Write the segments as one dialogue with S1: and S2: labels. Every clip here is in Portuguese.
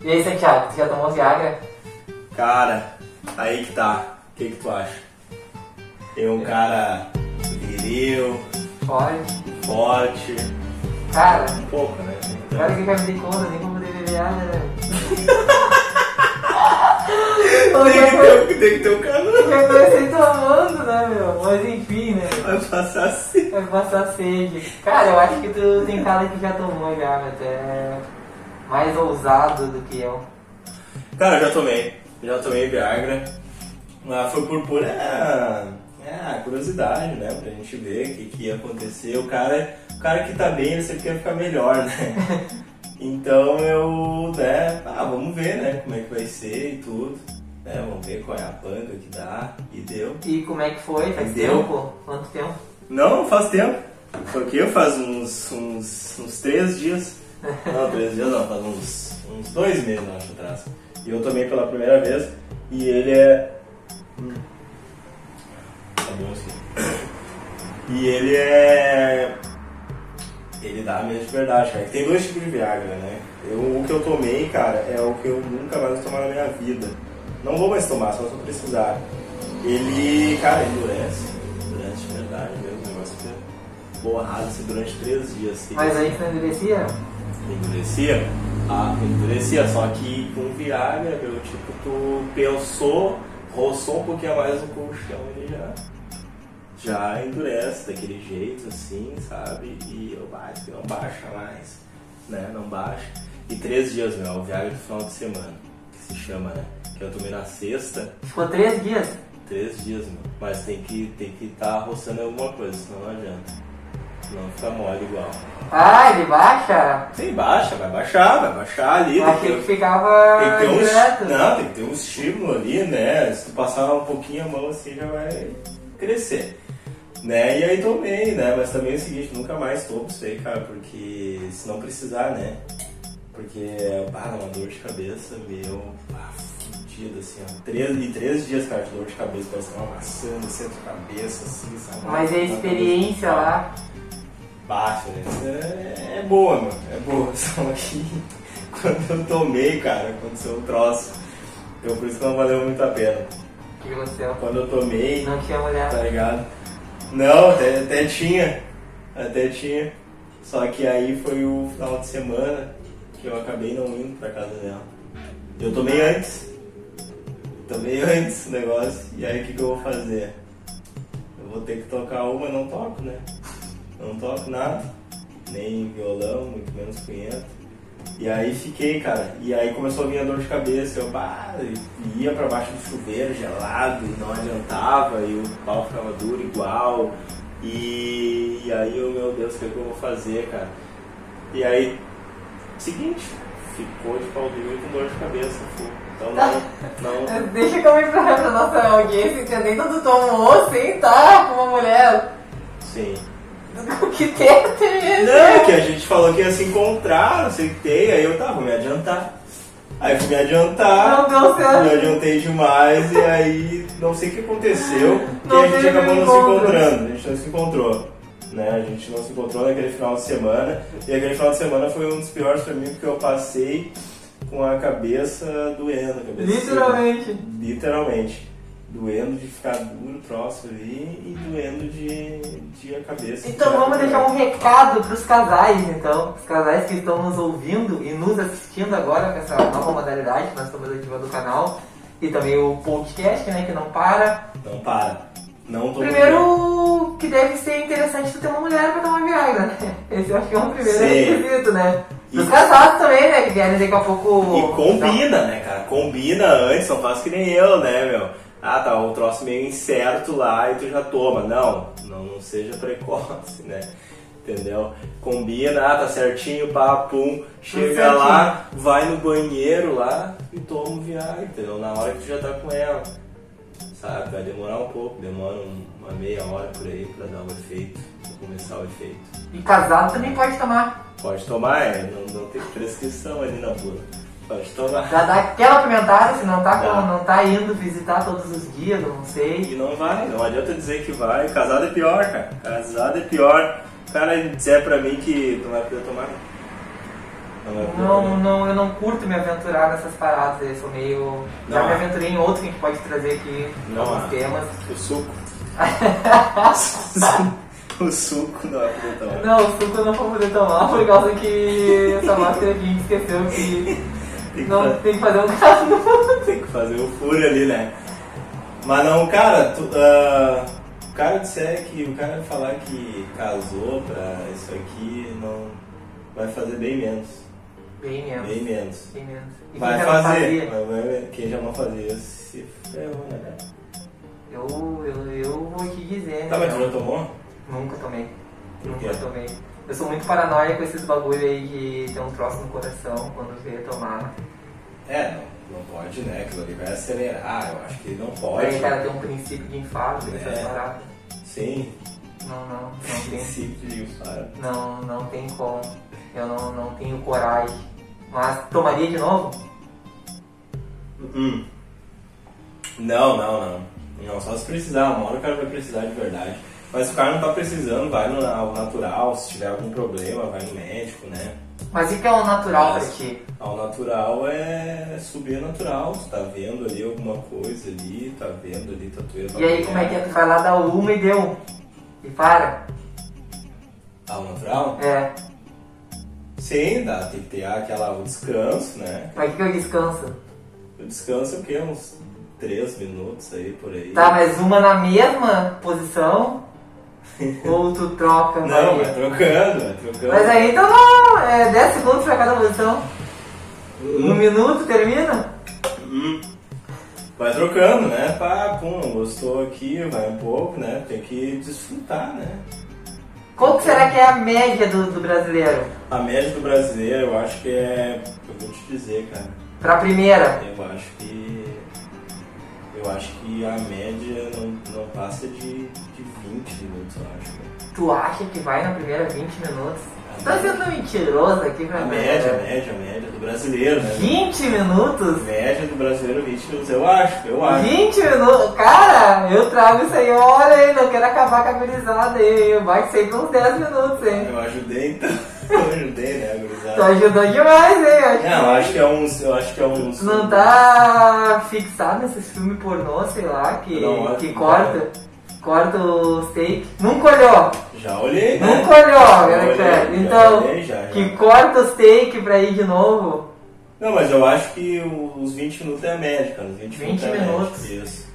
S1: E aí, Santiago, tu já tomou Viagra?
S2: Cara, aí que tá. O que, que tu acha? Eu um cara viril,
S1: Pode.
S2: forte,
S1: Cara,
S2: um pouco, né? Então,
S1: cara que quer me dar conta, nem como poder beber água, né?
S2: tem, que ter, tem que ter um cara
S1: Eu comecei tomando, né, meu? Mas enfim, né?
S2: vai passar assim.
S1: Vai passar sede. Cara, eu acho que tu tem cara que já tomou já, mas tu é mais ousado do que eu.
S2: Cara, eu já tomei. Já tomei Viagra. Mas foi por pura é, curiosidade, né? Pra gente ver o que, que ia acontecer. O cara, o cara que tá bem, ele sempre quer ficar melhor, né? Então eu, né? Ah, vamos ver, né? Como é que vai ser e tudo. né, vamos ver qual é a panga que dá. E deu.
S1: E como é que foi? Faz
S2: Deu.
S1: tempo? Quanto tempo?
S2: Não, faz tempo. Porque faz uns, uns, uns três dias. Não, três dias não, faz uns, uns dois meses, eu acho, atrás. E eu tomei pela primeira vez. E ele é. Hum. Tá bom assim. E ele é. Ele dá mesmo de verdade, cara. Tem dois tipos de Viagra, né? Eu, o que eu tomei, cara, é o que eu nunca mais vou tomar na minha vida. Não vou mais tomar, só se eu precisar. Ele, cara, endurece. Endurece de verdade mesmo. O negócio fica borrado assim durante três dias. Ele
S1: Mas aí tu não endurecia?
S2: endurecia? Ah, endurecia, só que com Viagra, meu, tipo, tu pensou, roçou um pouquinho a mais no colchão, ele já, já endurece daquele jeito, assim, sabe? E eu bato, que não baixa mais, né? Não baixa. E três dias, meu, o Viagra é do final de semana, que se chama, né? Que eu tomei na sexta,
S1: Ficou três dias?
S2: três dias, meu. Mas tem que estar tem que tá roçando alguma coisa, senão não adianta. Não fica mole igual.
S1: Ah, ele baixa?
S2: Sim, baixa, vai baixar, vai baixar ali.
S1: Eu
S2: Tem que,
S1: achei que ficava
S2: tem que ter um,
S1: direto. né?
S2: não, tem que ter um estímulo ali, né? Se tu passar um pouquinho a mão assim, já vai crescer. Né? E aí tomei, né? Mas também é o seguinte, nunca mais tomo isso aí, cara, porque se não precisar, né? Porque, ah, uma dor de cabeça, meu, ah, fudido, assim, ó. Três, e três dias, cara, de dor de cabeça, parece é uma maçã no centro da cabeça, assim, sabe?
S1: Mas e a experiência lá?
S2: Baixa, né? É, é boa, mano. É boa. Só que quando eu tomei, cara, aconteceu um troço. Então por isso que não valeu muito a pena.
S1: O que aconteceu?
S2: Quando eu tomei,
S1: Não tinha mulher.
S2: tá ligado? Não, até, até tinha. Até tinha. Só que aí foi o final de semana que eu acabei não indo pra casa dela. Eu tomei antes. Tomei antes o negócio. E aí o que, que eu vou fazer? Eu vou ter que tocar uma, eu não toco, né? Eu não toco nada. Nem violão, muito menos punheta. E aí fiquei, cara. E aí começou a vir a dor de cabeça. Eu pá, e ia pra baixo do chuveiro, gelado, e não adiantava, e o pau ficava duro igual. E, e aí eu, meu Deus, o que, é que eu vou fazer, cara? E aí, seguinte, ficou de pau duro e com dor de cabeça. fu. Então não, não,
S1: Deixa eu comentar pra nossa audiência que nem todo tomou sem tá com uma mulher.
S2: sim.
S1: Que teta é
S2: Não, é que a gente falou que ia se encontrar, não sei o que tem, aí eu tava, vou me adiantar. Aí fui me adiantar,
S1: Não deu certo.
S2: me adiantei demais e aí não sei o que aconteceu, que
S1: Não
S2: a gente
S1: teve
S2: acabou não
S1: encontro.
S2: se encontrando, a gente não se encontrou. Né? A gente não se encontrou naquele final de semana, e aquele final de semana foi um dos piores pra mim, porque eu passei com a cabeça doendo, a cabeça
S1: Literalmente.
S2: Literalmente. Doendo de ficar duro o troço ali e doendo de, de a cabeça.
S1: Então vamos deixar um recado pros casais, então. Os casais que estão nos ouvindo e nos assistindo agora com essa nova modalidade que nós estamos ativando o canal. E também o podcast, né, que não para.
S2: Não Então, para. Não tô
S1: Primeiro que deve ser interessante tu ter uma mulher pra tomar Viagra, né? Esse eu acho que é um primeiro
S2: Sim.
S1: requisito, né? Dos
S2: E-
S1: casados também, né, que vieram daqui a pouco...
S2: E combina, né, cara? Combina antes, não faz que nem eu, né, meu? Ah, tá, um troço meio incerto lá e tu já toma. Não, não, não seja precoce, né? Entendeu? Combina, ah, tá certinho, pá, pum. Chega
S1: Tá certinho.
S2: lá, vai no banheiro lá e toma o Viagra, entendeu? Na hora que tu já tá com ela. Sabe? Vai demorar um pouco, demora um- uma meia hora por aí pra dar o efeito, pra começar o efeito.
S1: E casado também pode tomar.
S2: Pode tomar, é, não, não tem prescrição ali na pula. Pode tomar.
S1: Já dá aquela pimentada, se não tá, com-
S2: Dá.
S1: não tá indo visitar todos os dias, eu não sei.
S2: E não vai, não adianta dizer que vai. Casado é pior, cara. é Casado é pior. O cara disser pra mim que não vai poder tomar. não. Não é por-
S1: Não, não, eu não curto me aventurar nessas paradas, eu sou meio. já
S2: Não.
S1: me aventurei em outro que a gente pode trazer aqui
S2: Não,
S1: alguns
S2: ah.
S1: temas.
S2: O suco. o suco não é fruta. mano.
S1: Não, o suco eu não vou poder tomar por causa que essa máscara aqui esqueceu que
S2: Tem que
S1: não
S2: fa-
S1: tem que fazer um caso.
S2: tem que fazer o furo ali, né? Mas não, cara, tu, ah, o cara disser que o cara falar que casou pra isso aqui não vai fazer bem menos.
S1: Bem menos.
S2: Bem menos.
S1: Bem menos. E quem
S2: Vai
S1: já não
S2: fazer,
S1: fazia?
S2: mas vai- quem já não fazia se ferrou, né? cara?
S1: Eu, eu, eu vou te dizer, né?
S2: Tá, mas
S1: meu?
S2: tu já tomou?
S1: Nunca tomei.
S2: Por quê?
S1: Nunca tomei. Eu sou muito paranoia com esses bagulho aí que tem um troço no coração quando vê tomar.
S2: É, não, não pode, né? Aquilo ali vai acelerar, eu acho que não pode.
S1: Aí o cara tem um princípio de enfado,
S2: É.
S1: essas paradas.
S2: Sim,
S1: Não, não, não tem.
S2: princípio de infarto.
S1: Não, não tem como. Eu não, não tenho coragem. Mas tomaria de novo?
S2: Hum. Não, não, não. Não, só se precisar, uma hora o cara vai precisar de verdade. Mas se o cara não tá precisando, vai no na- ao natural, se tiver algum problema, vai no médico, né?
S1: Mas e que é o natural pra
S2: Mas-
S1: ti?
S2: Ao natural é subir natural, tu tá vendo ali alguma coisa ali, tá vendo ali, tatuagem.
S1: E aí como é que é? Tu vai lá dar uma e deu. E para?
S2: Ao natural?
S1: É.
S2: Tá Sim, dá, tem que ter aquela, o descanso, né?
S1: Mas o que eu descanso?
S2: O descanso é o quê? Uns 3 minutos aí, por aí.
S1: Tá, mas uma na mesma posição? Ou tu troca?
S2: Não,
S1: Maria?
S2: vai trocando, vai trocando.
S1: Mas aí então não, é 10 segundos pra cada posição. Um minuto termina?
S2: Hum. Vai trocando, né? Pá, pum, gostou aqui, vai um pouco, né? Tem que desfrutar, né?
S1: Qual que será que é a média do, do brasileiro?
S2: A média do brasileiro, eu acho que é. Eu vou te dizer, cara.
S1: Pra primeira?
S2: Eu acho que. Eu acho que a média não, não passa de, de 20 minutos, eu acho. cara.
S1: Tu acha que vai na primeira 20 minutos? Tu tá sendo mentiroso aqui pra
S2: A
S1: mim.
S2: média, a média, a média do brasileiro, né?
S1: 20
S2: A
S1: minutos?
S2: média do brasileiro 20 minutos, eu acho, eu acho.
S1: 20 minutos? Cara, eu trago isso aí, olha aí, não quero acabar com a gurizada aí. Vai ser com uns 10 minutos, hein?
S2: Eu ajudei então. Eu ajudei, né,
S1: Tu
S2: gurizada?
S1: ajudou demais, hein? Acho que-
S2: Não, eu acho que é uns. Eu acho que é uns.
S1: Tu não tá fixado nesses filmes pornô, sei lá, que,
S2: Não, é olha,
S1: que
S2: não.
S1: corta, corta o steak. Nunca olhou,
S2: Já olhei, né?
S1: nunca olhou,
S2: Já olhei,
S1: cara.
S2: já
S1: Então,
S2: olhei, já, já.
S1: que corta o steak pra ir de novo.
S2: Não, mas eu acho que os 20 minutos é a média, cara. Os 20,
S1: 20
S2: minutos. é a média,
S1: minutos.
S2: isso.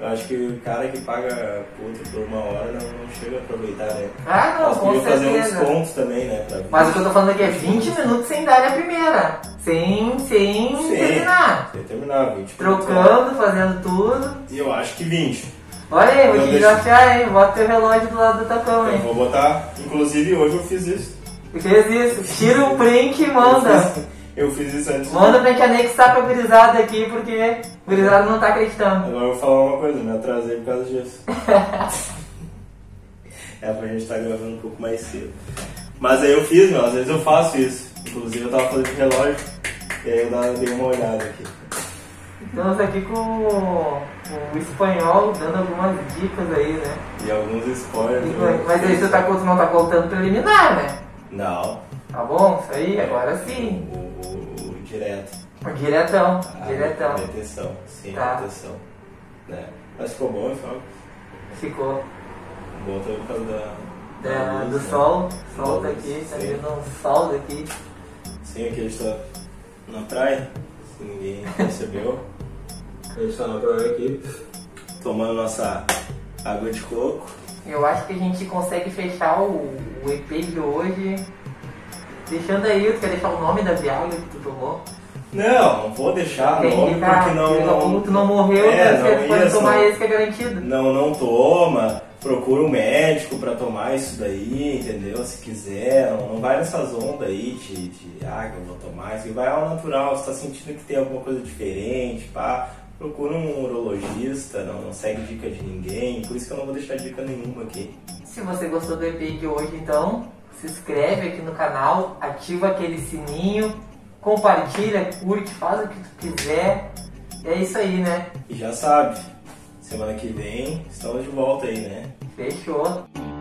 S2: Eu acho que o cara que paga puta por uma hora não, não chega a aproveitar, né?
S1: Ah, não,
S2: Nós
S1: com
S2: podíamos fazer um uns
S1: certeza.
S2: pontos também, né? Pra
S1: Mas o que eu tô falando aqui é 20 minutos sem dar a primeira. Sem, sem
S2: Sim.
S1: terminar.
S2: Tem que terminar, 20 minutos.
S1: Trocando, fazendo tudo.
S2: E eu acho que 20.
S1: Olha aí, vou
S2: Não
S1: te
S2: deixa-
S1: desafiar, hein? Bota teu relógio do lado do teu cama,
S2: Eu
S1: hein?
S2: vou botar. Inclusive hoje eu fiz isso.
S1: Fez isso. Tira o print e manda.
S2: Eu fiz, eu fiz isso antes. do-
S1: Manda pra gente anexar pra gurizada aqui, porque o gurizada não tá acreditando.
S2: Agora eu vou falar uma coisa, me atrasei por causa disso. é pra gente estar gravando um pouco mais cedo. Mas aí eu fiz, meu, às vezes eu faço isso. Inclusive eu tava fazendo com relógio, e aí eu da- dei uma olhada aqui.
S1: Estamos aqui com o, o espanhol dando algumas dicas aí, né?
S2: E alguns spoilers. eu
S1: Mas aí
S2: fiz.
S1: você tá, tu não tá contando preliminar, né?
S2: Não.
S1: Tá bom? Isso aí, agora sim.
S2: O, o- o direto.
S1: Diretão,
S2: A
S1: diretão.
S2: Detenção, sim,
S1: Tá.
S2: detenção. Né? Mas ficou bom, então.
S1: Ficou
S2: Bom também por causa da.
S1: da-
S2: luz,
S1: É, do
S2: né?
S1: sol,
S2: Da
S1: sol
S2: luz,
S1: daqui, tá
S2: sim.
S1: vindo um sol daqui.
S2: Sim, aqui a gente tá na praia, se ninguém percebeu. A gente tá na praia aqui, tomando nossa água de coco.
S1: Eu acho que a gente consegue fechar o, o EP de hoje. Deixando aí, tu quer deixar o nome da Viagra que tu tomou?
S2: Não, não vou deixar
S1: Tem
S2: nome
S1: que dar,
S2: porque não.
S1: daqui a pouco
S2: Não,
S1: tu não morreu,
S2: É,
S1: né? você
S2: não,
S1: pode
S2: isso,
S1: tomar
S2: não.
S1: esse que é garantido.
S2: não, não toma. Procura um médico pra tomar isso daí, entendeu? Se quiser, não, não vai nessas ondas aí de, de ah, que eu vou tomar isso. Vai ao natural, se tá sentindo que tem alguma coisa diferente, pá. Procura um urologista, não, não segue dica de ninguém, por isso que eu não vou deixar dica nenhuma aqui.
S1: Se você gostou do EP de hoje, então se inscreve aqui no canal, ativa aquele sininho, compartilha, curte, faz o que tu quiser. É isso aí, né?
S2: E já sabe, semana que vem estamos de volta aí, né?
S1: Fechou.